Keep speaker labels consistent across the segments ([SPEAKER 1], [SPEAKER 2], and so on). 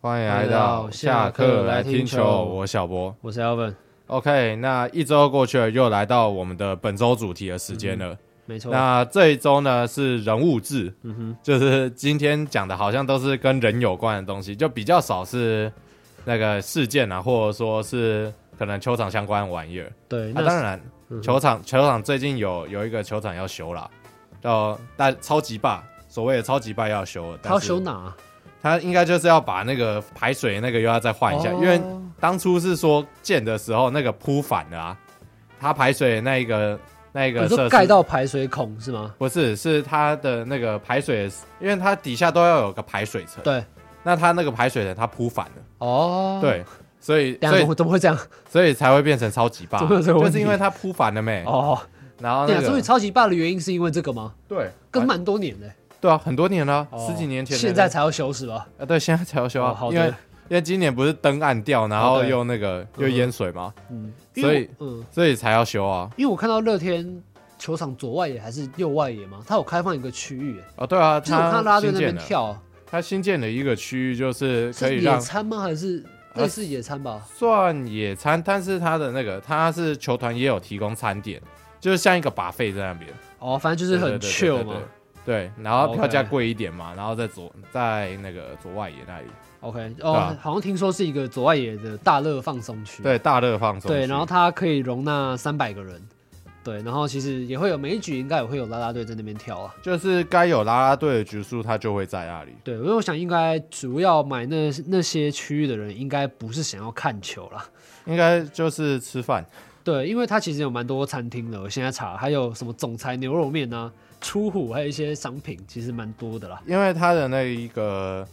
[SPEAKER 1] 欢迎来
[SPEAKER 2] 来
[SPEAKER 1] 到
[SPEAKER 2] 到
[SPEAKER 1] 下
[SPEAKER 2] 下
[SPEAKER 1] 课
[SPEAKER 2] 课
[SPEAKER 1] 来
[SPEAKER 2] 来
[SPEAKER 1] 听
[SPEAKER 2] 听
[SPEAKER 1] 球，
[SPEAKER 2] 球
[SPEAKER 1] 我是小博。
[SPEAKER 2] 我是 Alvin，
[SPEAKER 1] OK，那一周过去了，又来到我们的本周主题的时间了。
[SPEAKER 2] 没错。
[SPEAKER 1] 那这一周呢是人物志，
[SPEAKER 2] 嗯哼，
[SPEAKER 1] 就是今天讲的好像都是跟人有关的东西，就比较少是那个事件啊，或者说是可能球场相关的玩意儿。
[SPEAKER 2] 对，
[SPEAKER 1] 那、
[SPEAKER 2] 那
[SPEAKER 1] 啊当然，
[SPEAKER 2] 嗯哼
[SPEAKER 1] 球场球场最近有有一个球场要修啦，叫大超级霸，所谓的超级霸要修了，
[SPEAKER 2] 他要
[SPEAKER 1] 但是
[SPEAKER 2] 修哪？啊
[SPEAKER 1] 他应该就是要把那个排水那个又要再换一下，
[SPEAKER 2] 哦
[SPEAKER 1] 因为当初是说建的时候那个铺反了啊，他排水的那一个那一
[SPEAKER 2] 哦你
[SPEAKER 1] 个设
[SPEAKER 2] 说
[SPEAKER 1] 施
[SPEAKER 2] 盖到排水孔是吗？
[SPEAKER 1] 不是是它的那个排水，因为它底下都要有个排水层，
[SPEAKER 2] 对，
[SPEAKER 1] 那它那个排水层它铺反了，
[SPEAKER 2] 哦，，
[SPEAKER 1] 对，所以
[SPEAKER 2] 等
[SPEAKER 1] 所
[SPEAKER 2] 下
[SPEAKER 1] 以
[SPEAKER 2] 我怎么会这样？
[SPEAKER 1] 所以才会变成超级霸，
[SPEAKER 2] 怎么有这个
[SPEAKER 1] 就
[SPEAKER 2] 问题
[SPEAKER 1] 是因为它铺反了没，
[SPEAKER 2] 哦，
[SPEAKER 1] 然后
[SPEAKER 2] 对
[SPEAKER 1] 那
[SPEAKER 2] 啊，所以
[SPEAKER 1] 个
[SPEAKER 2] 超级霸的原因是因为这个吗？
[SPEAKER 1] 对
[SPEAKER 2] 跟
[SPEAKER 1] 啊
[SPEAKER 2] 蛮多年的，
[SPEAKER 1] 对啊，很多年了啊，
[SPEAKER 2] 哦
[SPEAKER 1] 十几年前的
[SPEAKER 2] 现在才要修是吧？
[SPEAKER 1] 啊对，现在才要修
[SPEAKER 2] 哦
[SPEAKER 1] 啊，
[SPEAKER 2] 好
[SPEAKER 1] 因为
[SPEAKER 2] 的，
[SPEAKER 1] 因为今年不是灯暗掉，然后
[SPEAKER 2] 哦对
[SPEAKER 1] 又那个又
[SPEAKER 2] 嗯
[SPEAKER 1] 淹水嘛。
[SPEAKER 2] 嗯，
[SPEAKER 1] 所以
[SPEAKER 2] 因为我嗯，
[SPEAKER 1] 所以才要修啊。
[SPEAKER 2] 因为我看到乐天球场左外野还是右外野嘛，它有开放一个区域，
[SPEAKER 1] 哦，对啊，
[SPEAKER 2] 就是我看到
[SPEAKER 1] 他
[SPEAKER 2] 拉队
[SPEAKER 1] 新
[SPEAKER 2] 那
[SPEAKER 1] 建
[SPEAKER 2] 边
[SPEAKER 1] 了，
[SPEAKER 2] 跳，啊
[SPEAKER 1] 他新建了一个区域，就是可
[SPEAKER 2] 是
[SPEAKER 1] 以
[SPEAKER 2] 野
[SPEAKER 1] 让
[SPEAKER 2] 餐吗？还是
[SPEAKER 1] 啊
[SPEAKER 2] 类似野餐吧？
[SPEAKER 1] 算野餐，但是他的那个他是球团也有提供餐点，就是像一个把费在那边，
[SPEAKER 2] 哦，反正就是很
[SPEAKER 1] 对
[SPEAKER 2] chill 嘛。。
[SPEAKER 1] 对对对对对，然后
[SPEAKER 2] OK
[SPEAKER 1] 票价贵一点嘛，然后在左在那个左外野那里，
[SPEAKER 2] OK，
[SPEAKER 1] 对
[SPEAKER 2] 哦
[SPEAKER 1] 啊，
[SPEAKER 2] 好像听说是一个左外野的大乐放松区。
[SPEAKER 1] 对，大热放松区。
[SPEAKER 2] 对，然后它可以容纳三百个人。对，然后其实也会有每一局应该也会有啦啦队在那边跳啊。
[SPEAKER 1] 就是该有啦啦队的局数，他就会在那里。
[SPEAKER 2] 对，因为我想应该主要买那那些区域的人应该不是想要看球啦。
[SPEAKER 1] 应该就是吃饭，
[SPEAKER 2] 对，因为它其实有蛮多餐厅的，我现在查还有什么总裁牛肉面啊、出虎，还有一些商品，其实蛮多的啦。
[SPEAKER 1] 因为他的那一个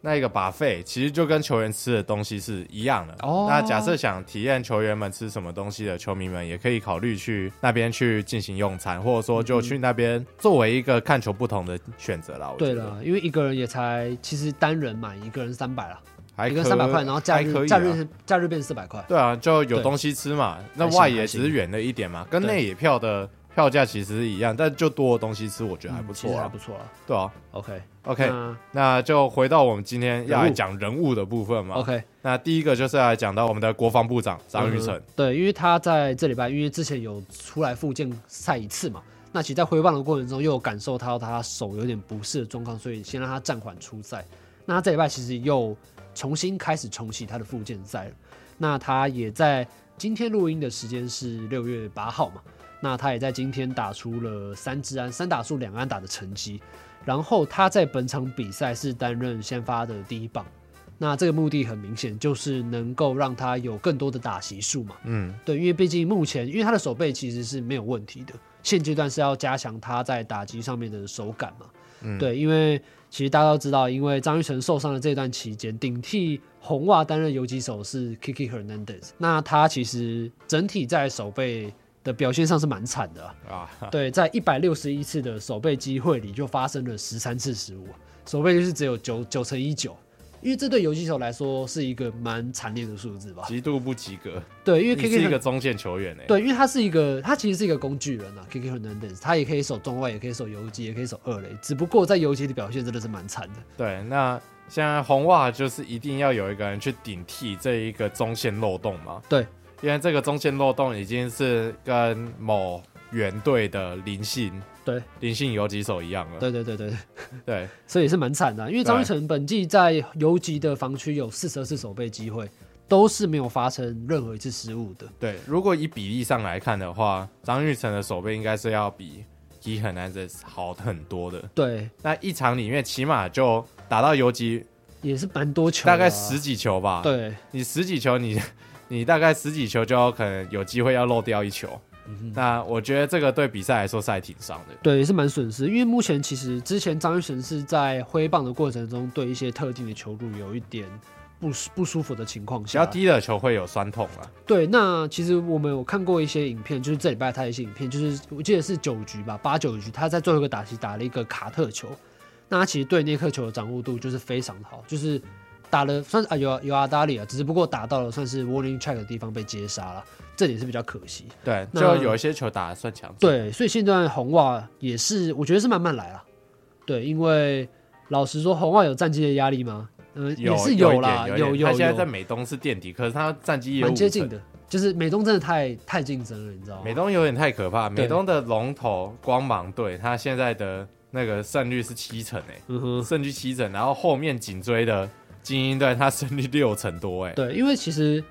[SPEAKER 1] 那一个把费，其实就跟球员吃的东西是一样的。
[SPEAKER 2] 哦
[SPEAKER 1] 那假设想体验球员们吃什么东西的球迷们，也可以考虑去那边去进行用餐，或者说就去那边作为一个看球不同的选择啦。我
[SPEAKER 2] 对
[SPEAKER 1] 觉得
[SPEAKER 2] 了，因为一个人也才其实单人买一个人三百啦，
[SPEAKER 1] 还
[SPEAKER 2] 一
[SPEAKER 1] 可
[SPEAKER 2] 个人三百块，然后假
[SPEAKER 1] 还可以啊
[SPEAKER 2] 日假日假日变四百块。
[SPEAKER 1] 对啊，就有
[SPEAKER 2] 对
[SPEAKER 1] 东西吃嘛。那
[SPEAKER 2] 还行
[SPEAKER 1] 外野
[SPEAKER 2] 还行
[SPEAKER 1] 只是远了一点嘛，跟
[SPEAKER 2] 对
[SPEAKER 1] 内野票的票价其实是一样，但就多的东西吃，我觉得还不
[SPEAKER 2] 嗯其
[SPEAKER 1] 错
[SPEAKER 2] 实还
[SPEAKER 1] 啊。
[SPEAKER 2] 不错啊。
[SPEAKER 1] 对啊
[SPEAKER 2] OK
[SPEAKER 1] ，OK，
[SPEAKER 2] 那
[SPEAKER 1] 那就回到我们今天要
[SPEAKER 2] 人
[SPEAKER 1] 来
[SPEAKER 2] 物
[SPEAKER 1] 讲人物的部分嘛。
[SPEAKER 2] OK，
[SPEAKER 1] 那第一个就是来讲到我们的国防部长张玉成，
[SPEAKER 2] 嗯对，因为他在这礼拜，因为之前有出来复健赛一次嘛，那其实在挥棒的过程中又有感受到他手有点不适的状况，所以先让他暂缓出赛。那他这礼拜其实又重新开始重启他的复健赛了。那他也在今天录音的时间是六月八号嘛，那他也在今天打出了三支安、三打数两安打的成绩。然后他在本场比赛是担任先发的第一棒，那这个目的很明显，就是能够让他有更多的打席数嘛。
[SPEAKER 1] 嗯，
[SPEAKER 2] 对，因为毕竟目前，因为他的手背其实是没有问题的，现阶段是要加强他在打击上面的手感嘛。
[SPEAKER 1] 嗯
[SPEAKER 2] 对，因为其实大家都知道，因为张玉成受伤的这段期间，顶替红袜担任游击手是 Kiki Hernandez，那他其实整体在手背的表现上是蛮惨的啊、
[SPEAKER 1] 啊，
[SPEAKER 2] 对，在一百六十一次的守备机会里，就发生了十三次失误，守备就是只有九九乘以九，因为这对游击手来说是一个蛮惨烈的数字吧？
[SPEAKER 1] 极度不及格，
[SPEAKER 2] 对，因为
[SPEAKER 1] 你
[SPEAKER 2] K
[SPEAKER 1] 是
[SPEAKER 2] K
[SPEAKER 1] 一个中线球员呢、欸
[SPEAKER 2] 对，因为他是一个，他其实是一个工具人啊，K K Hernandez，他也可以守中外，也可以守游击，也可以守二垒，只不过在游击的表现真的是蛮惨的。
[SPEAKER 1] 对，那现在红袜就是一定要有一个人去顶替这一个中线漏洞嘛，
[SPEAKER 2] 对，
[SPEAKER 1] 因为这个中线漏洞已经是跟某原队的林信
[SPEAKER 2] 对，
[SPEAKER 1] 林信游击手一样了，
[SPEAKER 2] 对对对对，对
[SPEAKER 1] 对，
[SPEAKER 2] 所以也是蛮惨的啊、因为张玉成本季在游击的防区有四十二次守备机会，都是没有发生任何一次失误的。
[SPEAKER 1] 对，如果以比例上来看的话，张玉成的手背应该是要比伊很难的好很多的，
[SPEAKER 2] 对，
[SPEAKER 1] 那一场里面起码就打到游击
[SPEAKER 2] 也是蛮多球的啊、
[SPEAKER 1] 大概十几球吧，
[SPEAKER 2] 对，
[SPEAKER 1] 你十几球你，你大概十几球就要可能有机会要漏掉一球。
[SPEAKER 2] 嗯
[SPEAKER 1] 那我觉得这个对比赛来说是还挺伤的。
[SPEAKER 2] 对，也是蛮损失，因为目前其实之前张玉成是在挥棒的过程中，对一些特定的球路有一点不舒不舒服的情况
[SPEAKER 1] 比
[SPEAKER 2] 下
[SPEAKER 1] 较，低的球会有酸痛啊，
[SPEAKER 2] 对，那其实我们有看过一些影片，就是这礼拜他的一些影片，就是我记得是九局吧，八九局，他在最后一个打席打了一个卡特球，那他其实对那颗球的掌握度就是非常好，就是打了算是啊有有阿达里啊，只不过打到了算是 warning track 的地方被接杀了，这点是比较可惜。
[SPEAKER 1] 对，
[SPEAKER 2] 那
[SPEAKER 1] 就有一些球打得算强。，
[SPEAKER 2] 对，所以现在红袜也是，我觉得是慢慢来啦。对，因为老实说，红袜有战绩的压力吗？呃，
[SPEAKER 1] 有
[SPEAKER 2] 也是
[SPEAKER 1] 有一
[SPEAKER 2] 啦，
[SPEAKER 1] 点有
[SPEAKER 2] 有
[SPEAKER 1] 一点他现在
[SPEAKER 2] 有
[SPEAKER 1] 在美东是垫底，可是他战绩也有
[SPEAKER 2] 蛮接近
[SPEAKER 1] 五成。
[SPEAKER 2] 的，就是美东真的太太竞争了，你知道吗？
[SPEAKER 1] 美东有点太可怕，
[SPEAKER 2] 对
[SPEAKER 1] 美东的龙头光芒队，他现在的那个胜率是七成诶、
[SPEAKER 2] 嗯哼，
[SPEAKER 1] 胜率七成，然后后面紧追的精英队，他胜率六成多欸诶、
[SPEAKER 2] 对，因为其实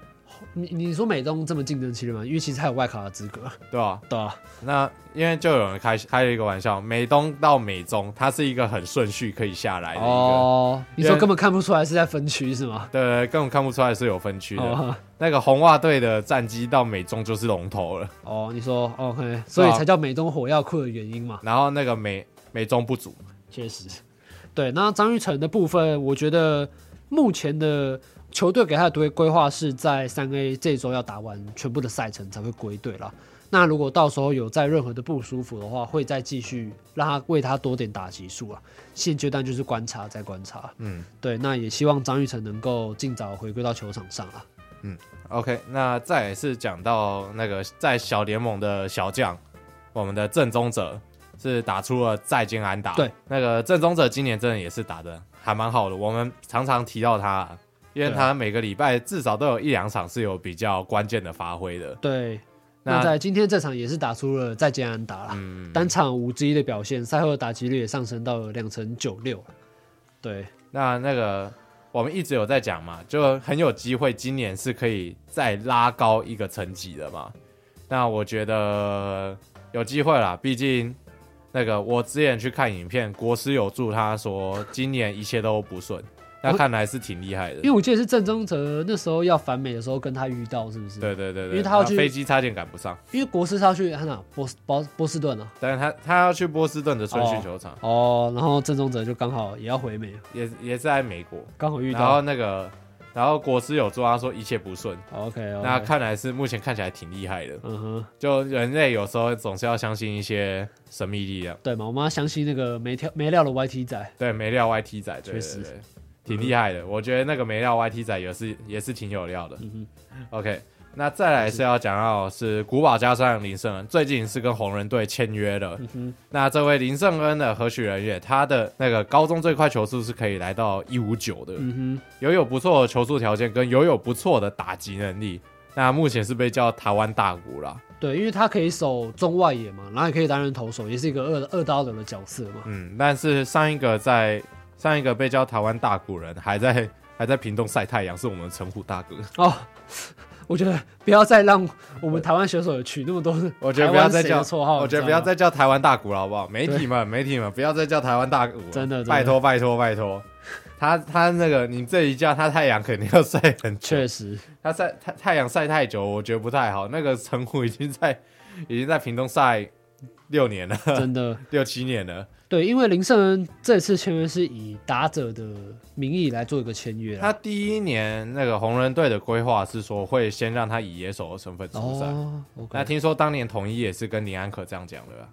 [SPEAKER 2] 你你说美东这么竞争激烈嘛，因为其实还有外卡的资格，
[SPEAKER 1] 对吧、
[SPEAKER 2] 对啊，
[SPEAKER 1] 那因为就有人开开了一个玩笑，美东到美中，它是一个很顺序可以下来的一个，
[SPEAKER 2] 哦，你
[SPEAKER 1] 因
[SPEAKER 2] 说
[SPEAKER 1] 为
[SPEAKER 2] 根本看不出来是在分区是吗？
[SPEAKER 1] 对，根本看不出来是有分区的。
[SPEAKER 2] 哦
[SPEAKER 1] 那个红袜队的战绩到美中就是龙头了，
[SPEAKER 2] 哦，你说
[SPEAKER 1] 啊
[SPEAKER 2] OK，所以才叫美东火药库的原因嘛，
[SPEAKER 1] 然后那个美美中不足，
[SPEAKER 2] 确实。对，那张玉成的部分，我觉得目前的球队给他的规规划是在三 A 这周要打完全部的赛程才会归队啦。那如果到时候有在任何的不舒服的话，会再继续让他为他多点打击数啊。现阶段就是观察，再观察。
[SPEAKER 1] 嗯
[SPEAKER 2] 对，那也希望张玉成能够尽早回归到球场上啊。
[SPEAKER 1] ，OK，那再也是讲到那个在小联盟的小将，我们的正宗者是打出了再见安打，
[SPEAKER 2] 对，
[SPEAKER 1] 那个正宗者今年真的也是打的还蛮好的，我们常常提到他啊，因为
[SPEAKER 2] 对啊
[SPEAKER 1] 他每个礼拜至少都有一两场是有比较关键的发挥的，
[SPEAKER 2] 对，
[SPEAKER 1] 那
[SPEAKER 2] 那在今天这场也是打出了再见安打啦，
[SPEAKER 1] 嗯，
[SPEAKER 2] 单场五之一的表现，赛后的打击率也上升到了两成九六。对，
[SPEAKER 1] 那那个我们一直有在讲嘛，就很有机会今年是可以再拉高一个层级的嘛。那我觉得有机会啦，毕竟那个我之前去看影片，国师有祝他说今年一切都不顺，那看来是挺厉害的
[SPEAKER 2] 因为。我记得是郑宗哲那时候要返美的时候跟他遇到，是不是？，
[SPEAKER 1] 对对对对，
[SPEAKER 2] 因为他要
[SPEAKER 1] 那
[SPEAKER 2] 去
[SPEAKER 1] 飞机差点赶不上，
[SPEAKER 2] 因为国师是要去他哪波斯波波士顿啊，
[SPEAKER 1] 但是他他要去波士顿的春训
[SPEAKER 2] 哦
[SPEAKER 1] 球场，
[SPEAKER 2] 哦，然后郑宗哲就刚好也要回美，
[SPEAKER 1] 也也是在美国。
[SPEAKER 2] 刚好遇
[SPEAKER 1] 然后
[SPEAKER 2] 到。
[SPEAKER 1] 那个，然后国师有祝他说一切不顺，
[SPEAKER 2] OK，, o k
[SPEAKER 1] 那看来是目前看起来挺厉害的。
[SPEAKER 2] 嗯哼，
[SPEAKER 1] 就人类有时候总是要相信一些神秘力量。
[SPEAKER 2] 对嘛，我们要相信那个没跳没料的 YT 仔，
[SPEAKER 1] 对，没料 YT 仔，对
[SPEAKER 2] 确
[SPEAKER 1] 对
[SPEAKER 2] 实
[SPEAKER 1] 对，挺厉害的。我觉得那个没料 YT 仔也是 也是挺有料的。
[SPEAKER 2] 嗯
[SPEAKER 1] OK，那再来是要讲到是古堡加上林圣恩，最近是跟红人队签约了。
[SPEAKER 2] 哼，嗯哼，
[SPEAKER 1] 那这位林圣恩的何许人也？他的那个高中最快球速是可以来到一五九的，
[SPEAKER 2] 嗯
[SPEAKER 1] 拥有不错的球速条件跟拥有不错的打击能力。那目前是被叫台湾大鼓啦，
[SPEAKER 2] 哼，对，因为他可以守中外野嘛，然后也可以担任投手，也是一个二二刀流的角色嘛。
[SPEAKER 1] 嗯，但是上一个在上一个被叫台湾大古人，还在 还在屏东晒太阳，是我们的陈虎大哥。
[SPEAKER 2] 哦， 我觉得不要再让我们台湾选手取那么多
[SPEAKER 1] 我觉得不要再
[SPEAKER 2] 台
[SPEAKER 1] 叫
[SPEAKER 2] 湾谁的绰号，
[SPEAKER 1] 我觉得
[SPEAKER 2] 你
[SPEAKER 1] 不
[SPEAKER 2] 知道
[SPEAKER 1] 要
[SPEAKER 2] 吗
[SPEAKER 1] 再叫台湾大古了，好不好？媒体们，媒体们， 不要再叫台湾大古了，
[SPEAKER 2] 真的真的
[SPEAKER 1] 拜托拜托拜托。他他那个，你这一叫他太阳肯定要晒很久，
[SPEAKER 2] 确实，
[SPEAKER 1] 他晒太太阳晒太久，我觉得不太好。那个陈虎已经在 已经在屏东晒六年了，
[SPEAKER 2] 真的。
[SPEAKER 1] 六七年了。
[SPEAKER 2] 对，因为林圣恩这次签约是以打者的名义来做一个签约啦
[SPEAKER 1] 他第一年那个红人队的规划是说会先让他以野手的身份出赛。
[SPEAKER 2] 哦
[SPEAKER 1] 那
[SPEAKER 2] ，OK，
[SPEAKER 1] 听说当年统一也是跟林安可这样讲的吧？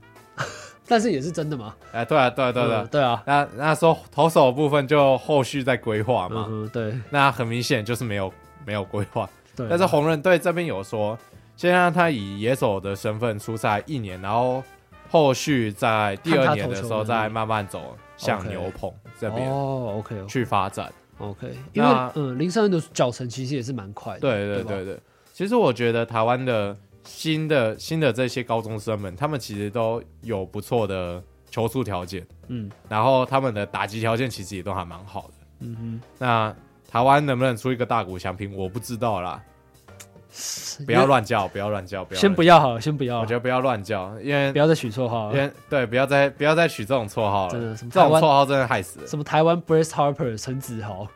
[SPEAKER 2] 但是也是真的嘛？
[SPEAKER 1] 哎，对啊，对啊，对啊对
[SPEAKER 2] 嗯
[SPEAKER 1] 啊。
[SPEAKER 2] 对啊，
[SPEAKER 1] 那那时候投手的部分就后续在规划
[SPEAKER 2] 嗯
[SPEAKER 1] 嘛，
[SPEAKER 2] 哼，对
[SPEAKER 1] 那很明显就是没有没有规划。
[SPEAKER 2] 对。啊
[SPEAKER 1] 但是红人队这边有说，先让他以野手的身份出赛一年，然后后续在第二年的时候
[SPEAKER 2] 看他投球能力
[SPEAKER 1] 再慢慢走向
[SPEAKER 2] OK
[SPEAKER 1] 牛棚这边
[SPEAKER 2] 哦，OK 哦
[SPEAKER 1] 去发展。
[SPEAKER 2] OK，因为
[SPEAKER 1] 那
[SPEAKER 2] 嗯，林圣恩的脚程其实也是蛮快的，
[SPEAKER 1] 对对
[SPEAKER 2] 吧
[SPEAKER 1] 对对，其实我觉得台湾的新的新的这些高中生们，他们其实都有不错的球速条件，
[SPEAKER 2] 嗯
[SPEAKER 1] 然后他们的打击条件其实也都还蛮好的。
[SPEAKER 2] 嗯
[SPEAKER 1] 那台湾能不能出一个大鼓相拼，我不知道啦。
[SPEAKER 2] 哼，
[SPEAKER 1] 不要乱叫，不要乱叫，不要
[SPEAKER 2] 先
[SPEAKER 1] 乱
[SPEAKER 2] 不要好了，先不
[SPEAKER 1] 叫，
[SPEAKER 2] 要
[SPEAKER 1] 我觉
[SPEAKER 2] 了，
[SPEAKER 1] 得不要乱叫，因为
[SPEAKER 2] 不要再啊取绰号
[SPEAKER 1] 因
[SPEAKER 2] 了，
[SPEAKER 1] 为对，不要再不要再取这种绰号
[SPEAKER 2] 真
[SPEAKER 1] 了，
[SPEAKER 2] 的什么
[SPEAKER 1] 这
[SPEAKER 2] 台
[SPEAKER 1] 种
[SPEAKER 2] 湾
[SPEAKER 1] 绰号真的害死人。
[SPEAKER 2] 什么台湾 Brace Harper 陈 子豪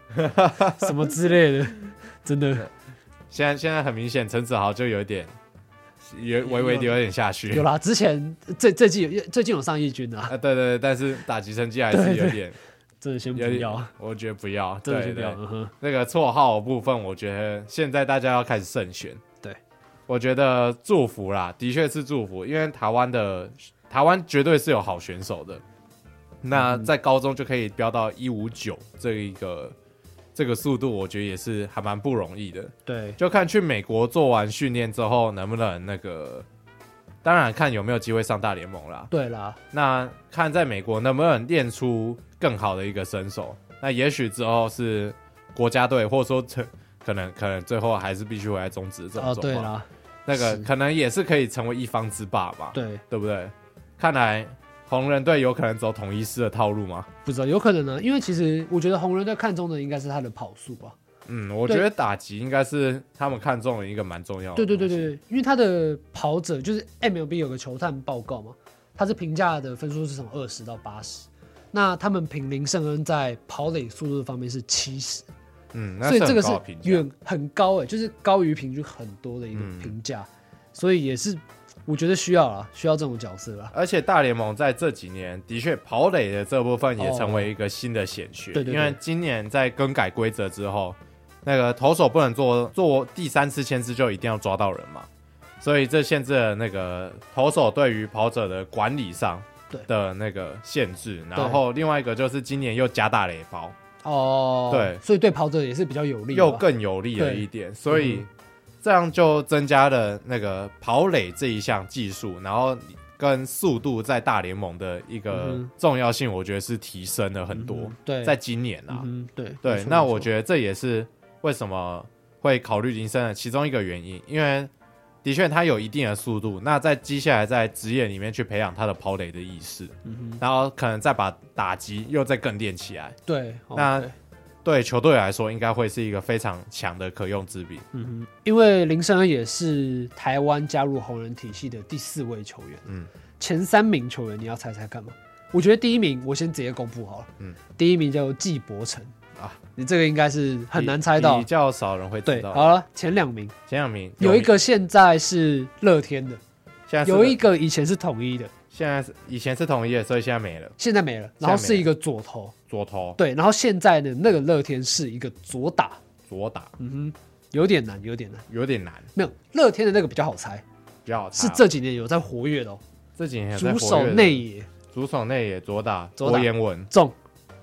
[SPEAKER 2] 什么之类的，真的
[SPEAKER 1] 现在现在很明显，陈子豪就有点有微微的有点下去
[SPEAKER 2] 有。啦。之前这这季有最近有上一军啊，
[SPEAKER 1] 啊，对对对，但是打击成绩还是有点
[SPEAKER 2] 真的先不
[SPEAKER 1] 有
[SPEAKER 2] 要
[SPEAKER 1] 点，，我觉得不要，
[SPEAKER 2] 真的
[SPEAKER 1] 对
[SPEAKER 2] 先不要。
[SPEAKER 1] 对
[SPEAKER 2] 嗯哼，
[SPEAKER 1] 那个绰号的部分，我觉得现在大家要开始慎选。
[SPEAKER 2] 对，
[SPEAKER 1] 我觉得祝福啦，的确是祝福，因为台湾的台湾绝对是有好选手的。那在高中就可以飙到一五九这一个这个速度，我觉得也是还蛮不容易的。
[SPEAKER 2] 对，
[SPEAKER 1] 就看去美国做完训练之后能不能那个，当然看有没有机会上大联盟啦。
[SPEAKER 2] 对啦，
[SPEAKER 1] 那看在美国能不能练出更好的一个身手。那也许之后是国家队，或者说成可能可能最后还是必须回来终止这种
[SPEAKER 2] 哦，对
[SPEAKER 1] 状况。
[SPEAKER 2] 啦，
[SPEAKER 1] 那个
[SPEAKER 2] 是
[SPEAKER 1] 可能也是可以成为一方之霸嘛，
[SPEAKER 2] 对，
[SPEAKER 1] 对不对？看来红人队有可能走统一师的套路吗？
[SPEAKER 2] 不知道有可能呢，因为其实我觉得红人队看中的应该是他的跑速吧。
[SPEAKER 1] 嗯，我
[SPEAKER 2] 对
[SPEAKER 1] 觉得打击应该是他们看中的一个蛮重要的。
[SPEAKER 2] 对对对对，对，因为他的跑者就是 MLB 有个球探报告嘛，他是评价的分数是从二十到八十，那他们平林圣恩在跑垒速度方面是七十，
[SPEAKER 1] 嗯，那
[SPEAKER 2] 所以这个
[SPEAKER 1] 很
[SPEAKER 2] 是
[SPEAKER 1] 高的评价
[SPEAKER 2] 远很高哎、就是高于平均很多的一个
[SPEAKER 1] 嗯
[SPEAKER 2] 评价，所以也是我觉得需要啦，需要这种角色啦。
[SPEAKER 1] 而且大联盟在这几年的确跑垒的这部分也成为一个新的显学，
[SPEAKER 2] 哦对对对
[SPEAKER 1] 因为今年在更改规则之后，那个投手不能做做第三次牵制就一定要抓到人嘛，所以这限制了那个投手对于跑者的管理上
[SPEAKER 2] 对
[SPEAKER 1] 的那个限制，
[SPEAKER 2] 对
[SPEAKER 1] 然后另外一个就是今年又加大垒包，
[SPEAKER 2] 哦，
[SPEAKER 1] 对
[SPEAKER 2] 所以对跑者也是比较有利的吧，
[SPEAKER 1] 又更有利了
[SPEAKER 2] 对
[SPEAKER 1] 一点，所以
[SPEAKER 2] 嗯
[SPEAKER 1] 这样就增加了那个跑垒这一项技术，然后跟速度在大联盟的一个
[SPEAKER 2] 嗯哼
[SPEAKER 1] 重要性，我觉得是提升了很多。
[SPEAKER 2] 嗯对，
[SPEAKER 1] 在今年啊，
[SPEAKER 2] 嗯哼对
[SPEAKER 1] 对，那我
[SPEAKER 2] 得
[SPEAKER 1] 觉得这也是为什么会考虑林森的其中一个原因，因为的确他有一定的速度，那在接下来在职业里面去培养他的跑垒的意识，
[SPEAKER 2] 嗯
[SPEAKER 1] 然后可能再把打击又再更练起来。
[SPEAKER 2] 对，哦
[SPEAKER 1] 那
[SPEAKER 2] 对
[SPEAKER 1] 对球队来说，应该会是一个非常强的可用之兵。
[SPEAKER 2] 嗯哼，因为林圣恩也是台湾加入红人体系的第四位球员。
[SPEAKER 1] 嗯
[SPEAKER 2] 嗯，前三名球员你要猜猜看吗？我觉得第一名我先直接公布好了。
[SPEAKER 1] 嗯
[SPEAKER 2] 嗯，第一名叫纪伯成
[SPEAKER 1] 啊
[SPEAKER 2] 啊，你这个应该是很难猜
[SPEAKER 1] 比
[SPEAKER 2] 到
[SPEAKER 1] 比。较少人会知
[SPEAKER 2] 对，
[SPEAKER 1] 道。
[SPEAKER 2] 好了，前两名啊
[SPEAKER 1] 前两名
[SPEAKER 2] 有一个现在是乐天的，
[SPEAKER 1] 现在是
[SPEAKER 2] 有一个以前是统一的，
[SPEAKER 1] 现在是以前是统一的，所以现在没了。
[SPEAKER 2] 现在没了。
[SPEAKER 1] 现在
[SPEAKER 2] 然后是
[SPEAKER 1] 没
[SPEAKER 2] 一个左投，
[SPEAKER 1] 左投
[SPEAKER 2] 对，然后现在呢，那个乐天是一个左打，
[SPEAKER 1] 左打
[SPEAKER 2] 嗯哼，有点难，有点难。
[SPEAKER 1] 有点难，
[SPEAKER 2] 没有乐天的那个比较好猜，
[SPEAKER 1] 比较好猜
[SPEAKER 2] 是
[SPEAKER 1] 哦
[SPEAKER 2] 这几年有在活跃的哦，
[SPEAKER 1] 这几年有在
[SPEAKER 2] 主
[SPEAKER 1] 活跃
[SPEAKER 2] 手
[SPEAKER 1] 的
[SPEAKER 2] 内野。
[SPEAKER 1] 主手内也左打
[SPEAKER 2] 左
[SPEAKER 1] 郭
[SPEAKER 2] 打
[SPEAKER 1] 彦文
[SPEAKER 2] 中，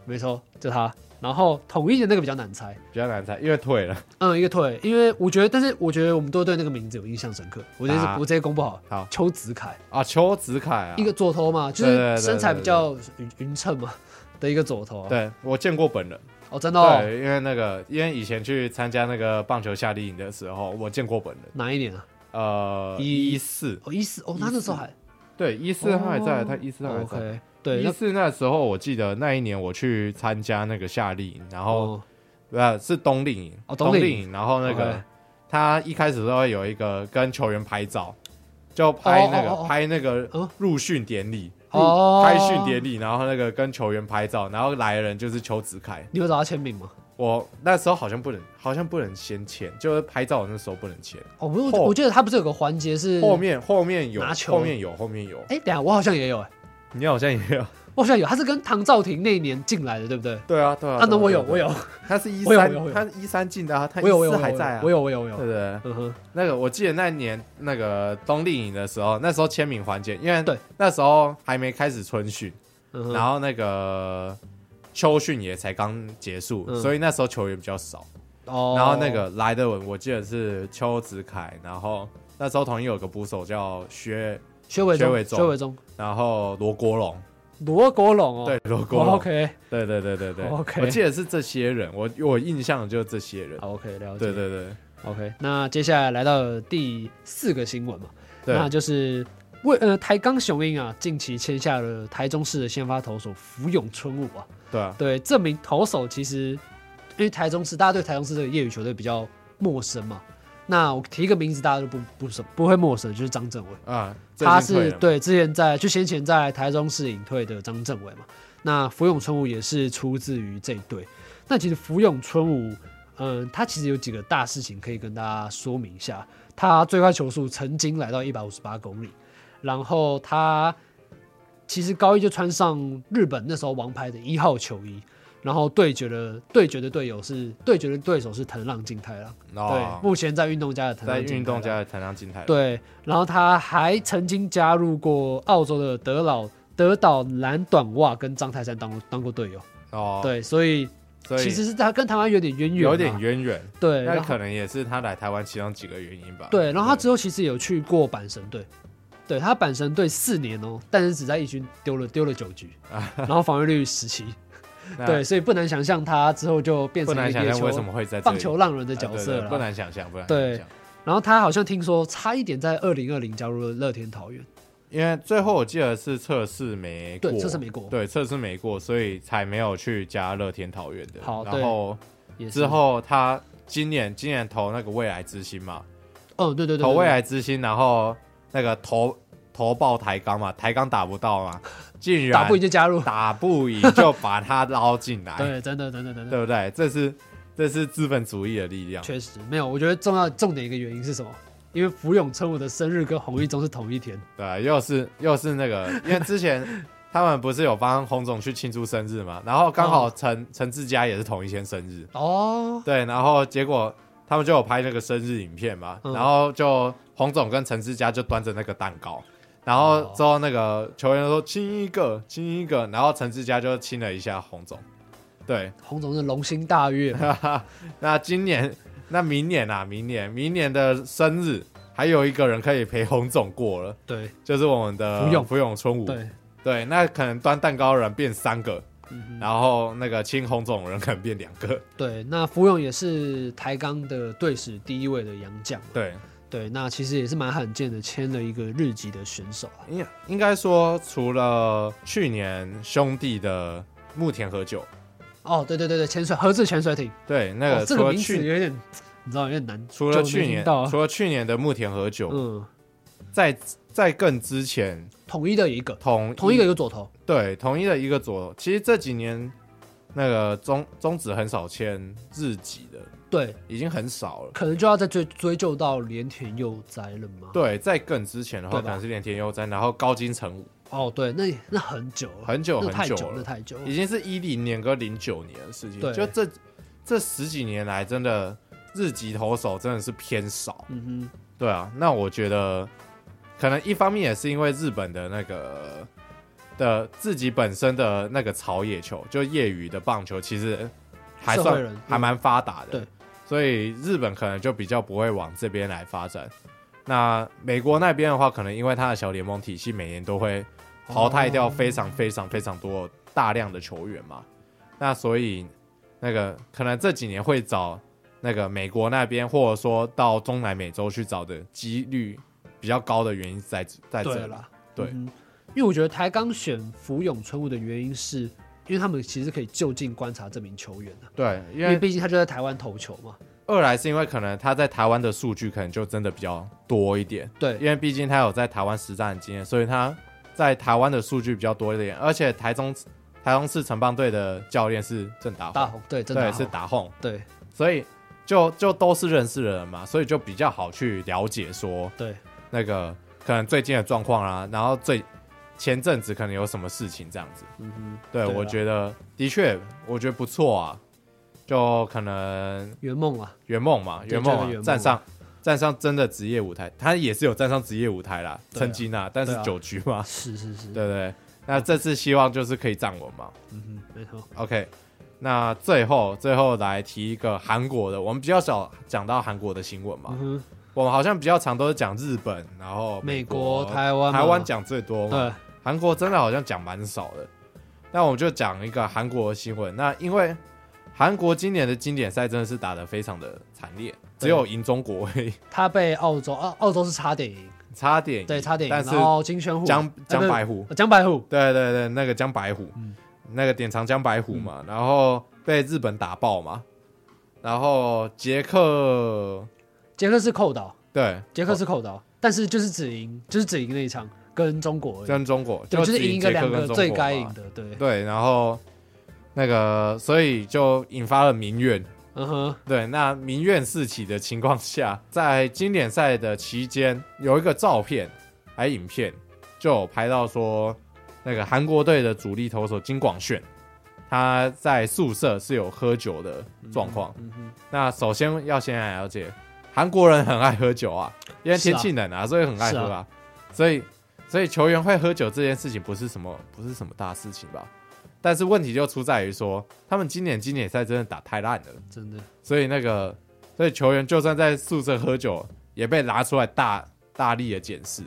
[SPEAKER 2] 没错，就他。然后统一的那个比较难猜，
[SPEAKER 1] 比较难猜，因为退了。
[SPEAKER 2] 嗯，一个退，因为我觉得，但是我觉得我们都对那个名字有印象深刻。我直接、
[SPEAKER 1] 啊
[SPEAKER 2] 我直接公布好了，
[SPEAKER 1] 好
[SPEAKER 2] 邱子凯，
[SPEAKER 1] 啊，邱子凯啊，
[SPEAKER 2] 一个左投嘛，就
[SPEAKER 1] 对对对
[SPEAKER 2] 是
[SPEAKER 1] 对
[SPEAKER 2] 身材比较匀匀称嘛的一个左投、啊。，
[SPEAKER 1] 对我见过本人，
[SPEAKER 2] 哦，真的、哦，
[SPEAKER 1] 对，因为那个因为以前去参加那个棒球夏令营的时候，我见过本人。
[SPEAKER 2] 哪一年啊？
[SPEAKER 1] 呃，
[SPEAKER 2] 一
[SPEAKER 1] 一四
[SPEAKER 2] 哦，一四，哦，他那时候还
[SPEAKER 1] 对一四他还在，
[SPEAKER 2] 哦
[SPEAKER 1] 他一四他还
[SPEAKER 2] 哦
[SPEAKER 1] 在。
[SPEAKER 2] OK，对，
[SPEAKER 1] 一
[SPEAKER 2] 那
[SPEAKER 1] 四那时候我记得那一年我去参加那个夏令营，然后
[SPEAKER 2] 哦
[SPEAKER 1] 呃，是冬令营，
[SPEAKER 2] 哦
[SPEAKER 1] 冬
[SPEAKER 2] 冬令哦
[SPEAKER 1] 令营，然后那个
[SPEAKER 2] OK
[SPEAKER 1] 他一开始都会有一个跟球员拍照，就拍那个
[SPEAKER 2] 哦哦哦哦
[SPEAKER 1] 拍那个
[SPEAKER 2] 嗯
[SPEAKER 1] 入训典礼，入
[SPEAKER 2] 哦
[SPEAKER 1] 开训典礼，然后那个跟球员拍照，然后来的人就是邱子凯。
[SPEAKER 2] 你有找他签名吗？
[SPEAKER 1] 我那时候好像不能，好像不能先签，就是拍照的那时候不能签，
[SPEAKER 2] 哦，不是，
[SPEAKER 1] 后
[SPEAKER 2] 我记得他不是有个环节是
[SPEAKER 1] 后，面后面有，
[SPEAKER 2] 嗯拿球
[SPEAKER 1] 后面有，后面有，
[SPEAKER 2] 哎、等一下我好像也有、哎，
[SPEAKER 1] 你好像也有，
[SPEAKER 2] 我好像有，他是跟唐兆廷那一年进来的，对不对？
[SPEAKER 1] 对啊，对啊，
[SPEAKER 2] 啊，那
[SPEAKER 1] 对
[SPEAKER 2] 我有，
[SPEAKER 1] 对啊
[SPEAKER 2] 我有，
[SPEAKER 1] 他是一
[SPEAKER 2] 我有
[SPEAKER 1] 三
[SPEAKER 2] 我有我，有
[SPEAKER 1] 他一三进的啊，他
[SPEAKER 2] 我有，我有，
[SPEAKER 1] 一
[SPEAKER 2] 我
[SPEAKER 1] 四
[SPEAKER 2] 有
[SPEAKER 1] 还在啊，
[SPEAKER 2] 我有，我有，我
[SPEAKER 1] 对
[SPEAKER 2] 有
[SPEAKER 1] 不，对？
[SPEAKER 2] 嗯哼。
[SPEAKER 1] 那个我记得那年那个冬令营的时候，那时候签名环节，因为
[SPEAKER 2] 对
[SPEAKER 1] 那时候还没开始春训，
[SPEAKER 2] 嗯哼
[SPEAKER 1] 然后那个秋训也才刚结束，
[SPEAKER 2] 嗯
[SPEAKER 1] 所以那时候球员比较少。
[SPEAKER 2] 哦，
[SPEAKER 1] 然后那个来的我记得是邱子凯，然后那时候同一有个捕手叫薛，
[SPEAKER 2] 薛伟
[SPEAKER 1] 薛伟
[SPEAKER 2] 中，
[SPEAKER 1] 中
[SPEAKER 2] 薛伟中，
[SPEAKER 1] 然后罗国龙，
[SPEAKER 2] 罗国龙哦，
[SPEAKER 1] 对罗国
[SPEAKER 2] 哦
[SPEAKER 1] 龙，
[SPEAKER 2] ，OK 哦
[SPEAKER 1] 对对对对对
[SPEAKER 2] OK
[SPEAKER 1] 我记得是这些人，我我印象就是这些人，
[SPEAKER 2] 好 OK 了解，
[SPEAKER 1] 对对对
[SPEAKER 2] OK。那接下来来到了第四个新闻嘛，那
[SPEAKER 1] 对，
[SPEAKER 2] 就是为呃台钢雄鹰啊，近期签下了台中市的先发投手福永春武啊，
[SPEAKER 1] 对啊，
[SPEAKER 2] 对，这名投手其实因为台中市大家对台中市这个业余球队比较陌生嘛，那我提一个名字大家就不不熟不会陌生，就是张振伟。
[SPEAKER 1] 啊，
[SPEAKER 2] 他
[SPEAKER 1] 最近退
[SPEAKER 2] 是
[SPEAKER 1] 了嘛
[SPEAKER 2] 对之前在就先前在台中市隐退的张政伟嘛，那福永春武也是出自于这一队。那其实福永春武，嗯，他其实有几个大事情可以跟大家说明一下。他最快球速曾经来到一百五十八公里，然后他其实高一就穿上日本那时候王牌的一号球衣，然后对决的对决的队友是对决的对手是藤浪静太郎，
[SPEAKER 1] 哦
[SPEAKER 2] 对，目前在运动家的藤
[SPEAKER 1] 在
[SPEAKER 2] 浪静
[SPEAKER 1] 运
[SPEAKER 2] 太
[SPEAKER 1] 动
[SPEAKER 2] 郎。
[SPEAKER 1] 家的台上金台，
[SPEAKER 2] 对，然后他还曾经加入过澳洲的德老德岛蓝短袜，跟张泰山当过当过队友。
[SPEAKER 1] 哦，
[SPEAKER 2] 对，所以
[SPEAKER 1] 所以
[SPEAKER 2] 其实是他跟台湾有点渊源嘛，
[SPEAKER 1] 有点渊源，
[SPEAKER 2] 对，
[SPEAKER 1] 那
[SPEAKER 2] 然后
[SPEAKER 1] 可能也是他来台湾其中几个原因吧。
[SPEAKER 2] 对，然后他之后其实有去过阪神队。对他 阪神队四年哦，但是只在一军丢了丢了九局，然后防御率十七，
[SPEAKER 1] 那
[SPEAKER 2] 对，所以不难想象他之后就变
[SPEAKER 1] 啊不
[SPEAKER 2] 成
[SPEAKER 1] 难
[SPEAKER 2] 一个
[SPEAKER 1] 想
[SPEAKER 2] 野
[SPEAKER 1] 象为什
[SPEAKER 2] 球
[SPEAKER 1] 么会在这
[SPEAKER 2] 棒
[SPEAKER 1] 里
[SPEAKER 2] 球浪人的角
[SPEAKER 1] 呃对
[SPEAKER 2] 色
[SPEAKER 1] 对不
[SPEAKER 2] 了。
[SPEAKER 1] 难想象，不难
[SPEAKER 2] 对
[SPEAKER 1] 想象。
[SPEAKER 2] 然后他好像听说差一点在二零二零加入了乐天桃园，
[SPEAKER 1] 因为最后我记得是测试没过，
[SPEAKER 2] 对，这是美国，
[SPEAKER 1] 对测试没过，所以才没有去加乐天桃园的。
[SPEAKER 2] 好
[SPEAKER 1] 然
[SPEAKER 2] 对
[SPEAKER 1] 后
[SPEAKER 2] 也是
[SPEAKER 1] 之，后他今年今年投那个未来之星嘛，
[SPEAKER 2] 嗯，对对对，
[SPEAKER 1] 投
[SPEAKER 2] 对
[SPEAKER 1] 未
[SPEAKER 2] 对
[SPEAKER 1] 来之星，然后那个投投爆台钢嘛，台钢打不到嘛，竟然
[SPEAKER 2] 打不赢就加入，
[SPEAKER 1] 打不赢就把他捞进来，
[SPEAKER 2] 对，真的，真的，真的，
[SPEAKER 1] 对不啊对？这是这是资本主义的力量。
[SPEAKER 2] 确实没有。我觉得重要重点一个原因是什么？因为福永春武的生日跟洪一中是同一天，
[SPEAKER 1] 对，又是又是那个，因为之前他们不是有帮洪总去庆祝生日嘛，然后刚
[SPEAKER 2] 嗯
[SPEAKER 1] 好陈陈志佳也是同一天生日，
[SPEAKER 2] 哦，
[SPEAKER 1] 对，然后结果他们就有拍那个生日影片嘛，
[SPEAKER 2] 嗯
[SPEAKER 1] 然后就洪总跟陈志佳就端着那个蛋
[SPEAKER 2] 哦
[SPEAKER 1] 糕，然后之后那个球员说亲一个，亲一个，然后陈志佳就亲了一下洪总，对，
[SPEAKER 2] 洪总是龙心大悦，
[SPEAKER 1] 那今年那明年啊，明年明年的生日还有一个人可以陪洪总过了，
[SPEAKER 2] 对
[SPEAKER 1] 就是我们的
[SPEAKER 2] 福永
[SPEAKER 1] 福永春武。
[SPEAKER 2] 对，
[SPEAKER 1] 对，那可能端蛋糕的人变三个，
[SPEAKER 2] 嗯哼
[SPEAKER 1] 然后那个青红种人可能变两个。
[SPEAKER 2] 对。那福永也是台钢的队史第一位的洋将，
[SPEAKER 1] 对，
[SPEAKER 2] 对，那其实也是蛮罕见的，签了一个日籍的选手啊，
[SPEAKER 1] 应应该说，除了去年兄弟的木田和久，
[SPEAKER 2] 哦，对对对对，潜水合资潜水艇，
[SPEAKER 1] 对，那个
[SPEAKER 2] 哦、这
[SPEAKER 1] 除
[SPEAKER 2] 个
[SPEAKER 1] 了
[SPEAKER 2] 名字
[SPEAKER 1] 去、
[SPEAKER 2] 有点，你知道有点难，
[SPEAKER 1] 除了
[SPEAKER 2] 就没
[SPEAKER 1] 去年
[SPEAKER 2] 听到啊
[SPEAKER 1] 除了去年的木田和久，
[SPEAKER 2] 嗯，
[SPEAKER 1] 在在更之前
[SPEAKER 2] 统一的一个，
[SPEAKER 1] 同
[SPEAKER 2] 统一的一个左投，
[SPEAKER 1] 对同一的一个左，其实这几年那个中中指很少签日籍的，
[SPEAKER 2] 对，
[SPEAKER 1] 已经很少了。
[SPEAKER 2] 可能就要再追追究到连田佑哉了吗？
[SPEAKER 1] 对，在更之前的话，
[SPEAKER 2] 对
[SPEAKER 1] 可
[SPEAKER 2] 吧
[SPEAKER 1] 能是连田佑哉，然后高金城武，
[SPEAKER 2] 哦，对，那那很久了，
[SPEAKER 1] 很久
[SPEAKER 2] 那太
[SPEAKER 1] 很
[SPEAKER 2] 久
[SPEAKER 1] 了
[SPEAKER 2] 那，太久了
[SPEAKER 1] 已，经是一零年跟零九年的事情。
[SPEAKER 2] 对
[SPEAKER 1] 就这这十几年来，真的日籍投手真的是偏少。
[SPEAKER 2] 嗯
[SPEAKER 1] 对啊，那我觉得可能一方面也是因为日本的那个的自己本身的那个草野球，就业余的棒球，其实还
[SPEAKER 2] 社会
[SPEAKER 1] 算
[SPEAKER 2] 人嗯
[SPEAKER 1] 还蛮发达的。
[SPEAKER 2] 对，
[SPEAKER 1] 所以日本可能就比较不会往这边来发展。那美国那边的话，可能因为它的小联盟体系每年都会淘汰
[SPEAKER 2] 哦
[SPEAKER 1] 掉非常非常非常多大量的球员嘛，那所以那个可能这几年会找那个美国那边，或者说到中南美洲去找的几率比较高的原因在在这
[SPEAKER 2] 哼，对
[SPEAKER 1] 里。
[SPEAKER 2] 啦，
[SPEAKER 1] 对
[SPEAKER 2] 嗯哼因为我觉得台钢选福永春武的原因是，因为他们其实可以就近观察这名球员啊，
[SPEAKER 1] 对，因
[SPEAKER 2] 因为
[SPEAKER 1] 为
[SPEAKER 2] 毕竟他就在台湾投球嘛，
[SPEAKER 1] 二来是因为可能他在台湾的数据可能就真的比较多一点，因
[SPEAKER 2] 对，
[SPEAKER 1] 为毕竟他有在台湾实战的经验，所以他在台湾的数据比较多一点。而且台中台中市城棒队的教练是郑达
[SPEAKER 2] 大
[SPEAKER 1] 宏，
[SPEAKER 2] 红，对，真
[SPEAKER 1] 对，
[SPEAKER 2] 的
[SPEAKER 1] 是打轰，
[SPEAKER 2] 对
[SPEAKER 1] 所以就就都是认识的人嘛，所以就比较好去了解说
[SPEAKER 2] 对，
[SPEAKER 1] 那个可能最近的状况啦，然后最前阵子可能有什么事情这样子。
[SPEAKER 2] 嗯哼，
[SPEAKER 1] 对，
[SPEAKER 2] 对啊
[SPEAKER 1] 我觉得的确，我觉得不错啊。就可能
[SPEAKER 2] 圆梦啊，
[SPEAKER 1] 圆梦嘛，
[SPEAKER 2] 对
[SPEAKER 1] 圆梦、
[SPEAKER 2] 这个
[SPEAKER 1] 啊
[SPEAKER 2] 圆、梦啊
[SPEAKER 1] 站上站上真的职业舞台，他也是有站上职业舞台啦，
[SPEAKER 2] 对啊
[SPEAKER 1] 曾经啊，但是
[SPEAKER 2] 对啊
[SPEAKER 1] 九局嘛，
[SPEAKER 2] 是是是，
[SPEAKER 1] 对不对？那这次希望就是可以站稳嘛。
[SPEAKER 2] 嗯哼，没错，
[SPEAKER 1] OK，那最后最后来提一个韩国的，我们比较少讲到韩国的新闻嘛，
[SPEAKER 2] 嗯哼，
[SPEAKER 1] 我们好像比较常都是讲日本，然后
[SPEAKER 2] 美
[SPEAKER 1] 国、
[SPEAKER 2] 国、台湾嘛、
[SPEAKER 1] 台湾讲最多嘛，
[SPEAKER 2] 对，
[SPEAKER 1] 韩国真的好像讲蛮少的。那我们就讲一个韩国的新闻。那因为韩国今年的经典赛真的是打得非常的惨烈，只
[SPEAKER 2] 对
[SPEAKER 1] 有赢中国而已，
[SPEAKER 2] 他被澳洲啊澳澳洲是差点赢，
[SPEAKER 1] 差点赢
[SPEAKER 2] 对，差点赢，
[SPEAKER 1] 但是
[SPEAKER 2] 然后金宣虎
[SPEAKER 1] 江江白
[SPEAKER 2] 虎，
[SPEAKER 1] 虎，
[SPEAKER 2] 呃江白虎，
[SPEAKER 1] 对对对，那个江白虎，
[SPEAKER 2] 嗯
[SPEAKER 1] 那个典藏江白虎嘛，然后被日本打爆嘛，然后捷克
[SPEAKER 2] 杰克是扣倒，
[SPEAKER 1] 对
[SPEAKER 2] 杰克是扣倒，但是就是只赢，就是只赢那一场跟中国而已，
[SPEAKER 1] 跟中国，
[SPEAKER 2] 对，就是
[SPEAKER 1] 只
[SPEAKER 2] 赢一个
[SPEAKER 1] 捷克
[SPEAKER 2] 两
[SPEAKER 1] 跟
[SPEAKER 2] 个
[SPEAKER 1] 中
[SPEAKER 2] 最
[SPEAKER 1] 国
[SPEAKER 2] 该
[SPEAKER 1] 嘛
[SPEAKER 2] 赢的，对，
[SPEAKER 1] 对，然后那个，所以就引发了民怨。
[SPEAKER 2] 嗯哼，
[SPEAKER 1] 对，那民怨四起的情况下，在经典赛的期间，有一个照片还影片，就有拍到说，那个韩国队的主力投手金广炫，他在宿舍是有喝酒的状况。
[SPEAKER 2] 嗯哼，
[SPEAKER 1] 那首先要先来了解，韩国人很爱喝酒啊，因为
[SPEAKER 2] 是啊
[SPEAKER 1] 天气冷啊，所以很爱喝
[SPEAKER 2] 是
[SPEAKER 1] 啊，所以所以球员会喝酒这件事情不是什么不是什么大事情吧？但是问题就出在于说，他们今年经典赛真的打太烂了，
[SPEAKER 2] 真的，
[SPEAKER 1] 所以那个所以球员就算在宿舍喝酒，也被拿出来大大力的检视。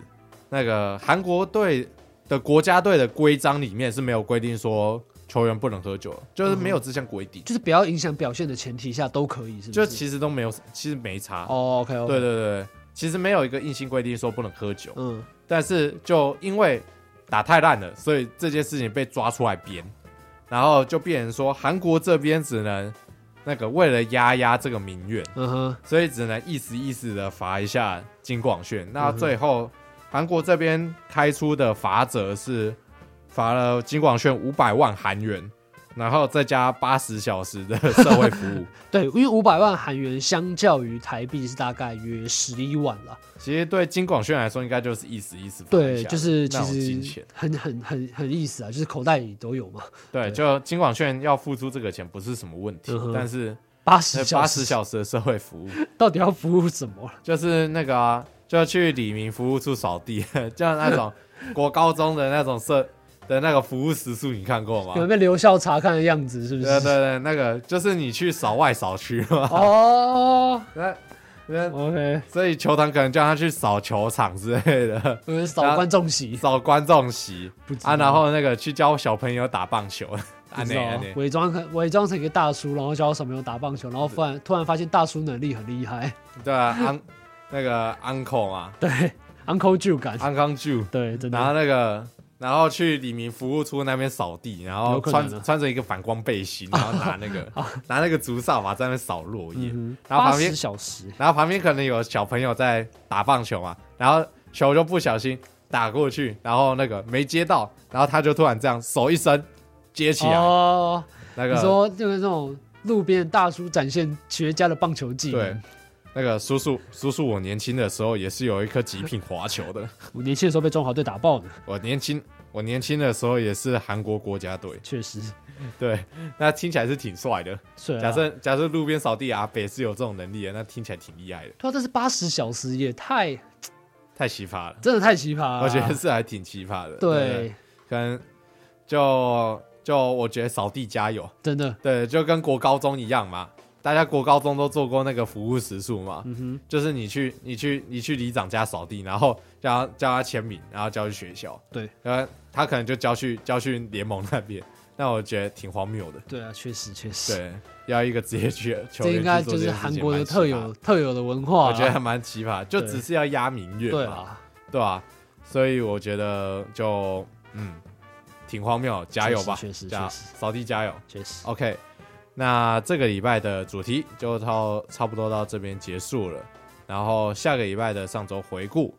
[SPEAKER 1] 那个韩国队的国家队的规章里面是没有规定说球员不能喝酒了，就是没有这项规定，
[SPEAKER 2] 嗯就是不要影响表现的前提下都可以，是不是？
[SPEAKER 1] 就其实都没有，其实没差。
[SPEAKER 2] 哦，OK，, o
[SPEAKER 1] 对对对，其实没有一个硬性规定说不能喝酒，
[SPEAKER 2] 嗯，
[SPEAKER 1] 但是就因为打太烂了，所以这件事情被抓出来编，然后就变成说韩国这边只能那个为了压压这个民怨，
[SPEAKER 2] 嗯哼，
[SPEAKER 1] 所以只能意思意思的罚一下金广炫。那
[SPEAKER 2] 嗯哼
[SPEAKER 1] 最后韩国这边开出的罚则是罚了金广炫五百万韩元，然后再加八十小时的社会服 务。
[SPEAKER 2] 对，因为五百万韩元相较于台币是大概约十一万啦。
[SPEAKER 1] 其实对金广炫来说，应该就是意思意思罚一
[SPEAKER 2] 对，
[SPEAKER 1] 下
[SPEAKER 2] 就是
[SPEAKER 1] 哦那种
[SPEAKER 2] 其
[SPEAKER 1] 金
[SPEAKER 2] 实
[SPEAKER 1] 钱
[SPEAKER 2] 很 很很很意思啊，就是口袋里都有嘛，
[SPEAKER 1] 对，
[SPEAKER 2] 对
[SPEAKER 1] 就金广炫要付出这个钱不是什么问题
[SPEAKER 2] 嗯，哼
[SPEAKER 1] 但是
[SPEAKER 2] 八十
[SPEAKER 1] 哎八十小时的社会服务，
[SPEAKER 2] 到底要服务什么？
[SPEAKER 1] 就是那个啊，就去李明服务处扫地， 像那种国高中的那种社的那个服务时数，你看过吗
[SPEAKER 2] 有？没有被留校查看的样子？是不
[SPEAKER 1] 对
[SPEAKER 2] 是？
[SPEAKER 1] 对对，那个就是你去扫外扫区嘛，
[SPEAKER 2] 哦
[SPEAKER 1] 那那
[SPEAKER 2] ，OK，
[SPEAKER 1] 所以球团可能叫他去扫球场之类 的，
[SPEAKER 2] 我们
[SPEAKER 1] 然
[SPEAKER 2] 扫
[SPEAKER 1] 后
[SPEAKER 2] 观众席
[SPEAKER 1] 扫观众席
[SPEAKER 2] 不知
[SPEAKER 1] 啊，
[SPEAKER 2] 道
[SPEAKER 1] 然后那个去教小朋友打棒球，啊
[SPEAKER 2] 不
[SPEAKER 1] 那
[SPEAKER 2] 知道
[SPEAKER 1] 啊
[SPEAKER 2] 啊
[SPEAKER 1] 那，
[SPEAKER 2] 伪装成伪装成一个大叔，然后教小朋友打棒球，然后突然突然发现大叔能力很厉害，
[SPEAKER 1] 对啊，安那个 uncle 嘛
[SPEAKER 2] 对，Uncle Joe 感，
[SPEAKER 1] ，uncle Jew。
[SPEAKER 2] 对，真
[SPEAKER 1] 然后
[SPEAKER 2] 的，
[SPEAKER 1] 那个，然后去李明服务处那边扫地，然后
[SPEAKER 2] 有可
[SPEAKER 1] 穿
[SPEAKER 2] 能啊啊
[SPEAKER 1] 穿着一个反光背心，然后拿那个 拿那个竹扫把在那边扫落叶，然后
[SPEAKER 2] 嗯八
[SPEAKER 1] 旁边
[SPEAKER 2] 十小时，
[SPEAKER 1] 然后旁边可能有小朋友在打棒球嘛，然后球就不小心打过去，然后那个没接到，然后他就突然这样手一伸接起来，
[SPEAKER 2] 哦，
[SPEAKER 1] 那
[SPEAKER 2] 你
[SPEAKER 1] 个
[SPEAKER 2] 说就是那种路边大叔展现绝佳的棒球技
[SPEAKER 1] 对
[SPEAKER 2] 能，。
[SPEAKER 1] 那个叔叔，叔叔，我年轻的时候也是有一颗极品滑球的。
[SPEAKER 2] 我年轻的时候被中华队打爆的，
[SPEAKER 1] 我年轻，我年轻的时候也是韩国国家队。
[SPEAKER 2] 确实，
[SPEAKER 1] 对，那听起来是挺帅的。
[SPEAKER 2] 是啊
[SPEAKER 1] 假设假设路边扫地阿北是有这种能力的，那听起来挺厉害的，
[SPEAKER 2] 对啊，但是八十小时也太
[SPEAKER 1] 太奇葩了。
[SPEAKER 2] 真的太奇葩了，
[SPEAKER 1] 我觉得是还挺奇葩的。
[SPEAKER 2] 啊对，
[SPEAKER 1] 可能就就我觉得扫地加油，
[SPEAKER 2] 真的，
[SPEAKER 1] 对，就跟国高中一样嘛。大家国高中都做过那个服务时数嘛，
[SPEAKER 2] 嗯
[SPEAKER 1] 就是你去你去你去里长家扫地，然后叫他叫他签名，然后交去学校，
[SPEAKER 2] 对，
[SPEAKER 1] 然后他可能就交去交去联盟那边，那我觉得挺荒谬的
[SPEAKER 2] 哼，。对啊，确实确实，
[SPEAKER 1] 对，要一个职业球球
[SPEAKER 2] 这
[SPEAKER 1] 员
[SPEAKER 2] 应该
[SPEAKER 1] 去做
[SPEAKER 2] 就
[SPEAKER 1] 这
[SPEAKER 2] 是
[SPEAKER 1] 件事
[SPEAKER 2] 韩
[SPEAKER 1] 情
[SPEAKER 2] 国的
[SPEAKER 1] 蛮奇
[SPEAKER 2] 特
[SPEAKER 1] 葩
[SPEAKER 2] 有特有的文化啊，
[SPEAKER 1] 我觉得还蛮奇葩，就只是要压民怨
[SPEAKER 2] 对
[SPEAKER 1] 嘛，
[SPEAKER 2] 啊，
[SPEAKER 1] 对吧、所以我觉得就嗯，挺荒谬，加油吧，
[SPEAKER 2] 确实确实
[SPEAKER 1] 加
[SPEAKER 2] 确实
[SPEAKER 1] 扫地加油。
[SPEAKER 2] 确实，
[SPEAKER 1] OK，那这个礼拜的主题就到差不多到这边结束了，然后下个礼拜的上周回顾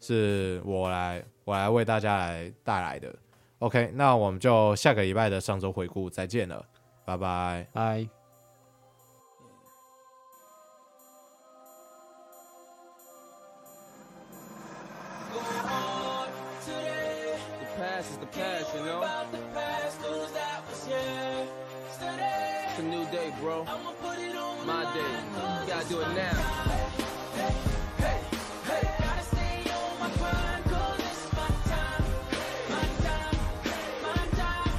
[SPEAKER 1] 是我来我来为大家来带来的。OK，那我们就下个礼拜的上周回顾再见了，拜拜。
[SPEAKER 2] 拜。
[SPEAKER 3] The past is the past, you know.
[SPEAKER 4] about the past, those that was here. Today,
[SPEAKER 3] It's a new day, bro.
[SPEAKER 4] I'ma put it on the
[SPEAKER 3] My
[SPEAKER 4] line,
[SPEAKER 3] day.
[SPEAKER 4] cause
[SPEAKER 3] You gotta do it now.
[SPEAKER 4] Gotta stay on my grind, cause it's my time. My time, my time.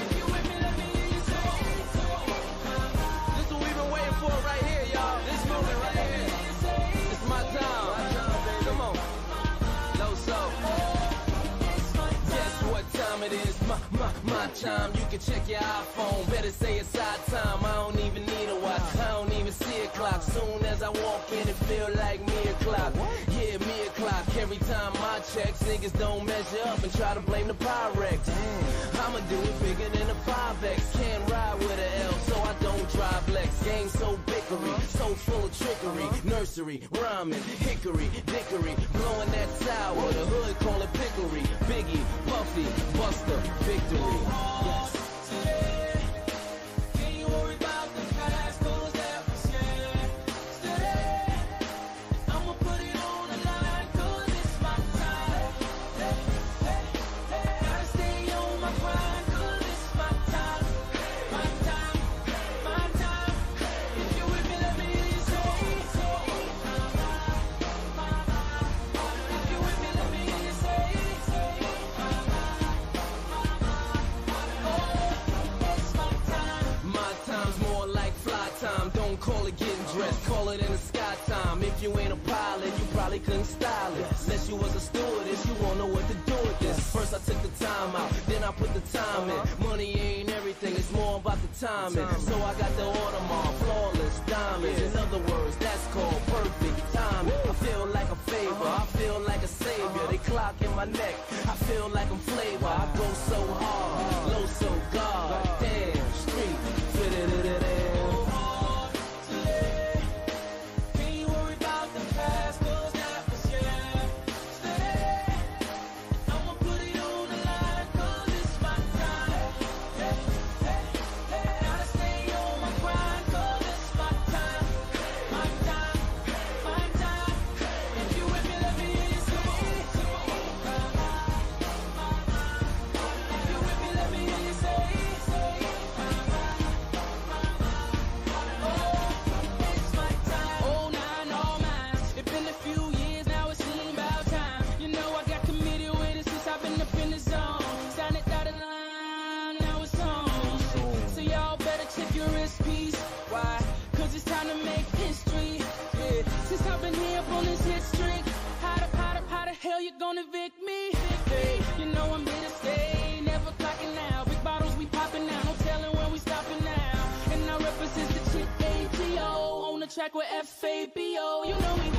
[SPEAKER 4] If you with me, let me hear you say it.
[SPEAKER 3] This what we've been waiting for right here, y'all. This moment right here. It's my time. Come on. Low soul. Guess what time it is? My, my, my time. You can check your iPhone. Better say it's our time. I don't even need a watch. I don't even see a clock. Soon as I walk in, it feel like me o'clock. Yeah, me o'clock. Every time I check, niggas don't measure up and try to blame the Pyrex. I'ma do it bigger than a 5X. Can't ride with an L, so I don't drive Lex. Game so bickery, so full of trickery. Nursery, rhyming, hickory, dickory. Blowing that sour, the hood call it pickery. Biggie, Puffy, Buster, victory. Yes.
[SPEAKER 4] Can't you worry about the past, those that was here. Today, I'ma put it on the line, cause it's my time. Hey, hey, hey. Gotta stay on my grind, cause it's my time. My time, my time. If you with me, let me hear you say it. If you with me, let me hear you say it. Oh.
[SPEAKER 3] Call it in the sky time. If you ain't a pilot, you probably couldn't style it. Unless you was a stewardess, you won't know what to do with this. First I took the time out, then I put the time in. Money ain't everything, it's more about the timing. So I got the Audemars, flawless diamonds. In other words, that's called perfect timing. I feel like a favor, I feel like a savior. They clock in my neck, I feel like I'm flavor. I go so hard, low so god. Damn, street, da-da-da-da-da.
[SPEAKER 4] Can you worry about the past? 'Cause that was yesterday. I'ma put it on the line 'cause it's my time. Hey, hey, hey. Gotta stay on my grind 'cause it's my time. My time, my time. If you with me, let me hear you sing. If you with me, let me hear you say. It's my time. Oh, nine, all mine. It's been a few years now, it seems about time. You know, I got committed with it since I've been up in the zone. Signed it out of line, now it's on. So y'all better check your wrist piece. Why? Cause it's time to make history. Yeah. Since I've been here up on this hit streak, how the, how the, how the hell you gonna vic me? Hey, You know I'm here to stay, never clocking now. Big bottles we popping now, no telling when we stopping now. And I represent the chick ATO on the track with FABO. You know me.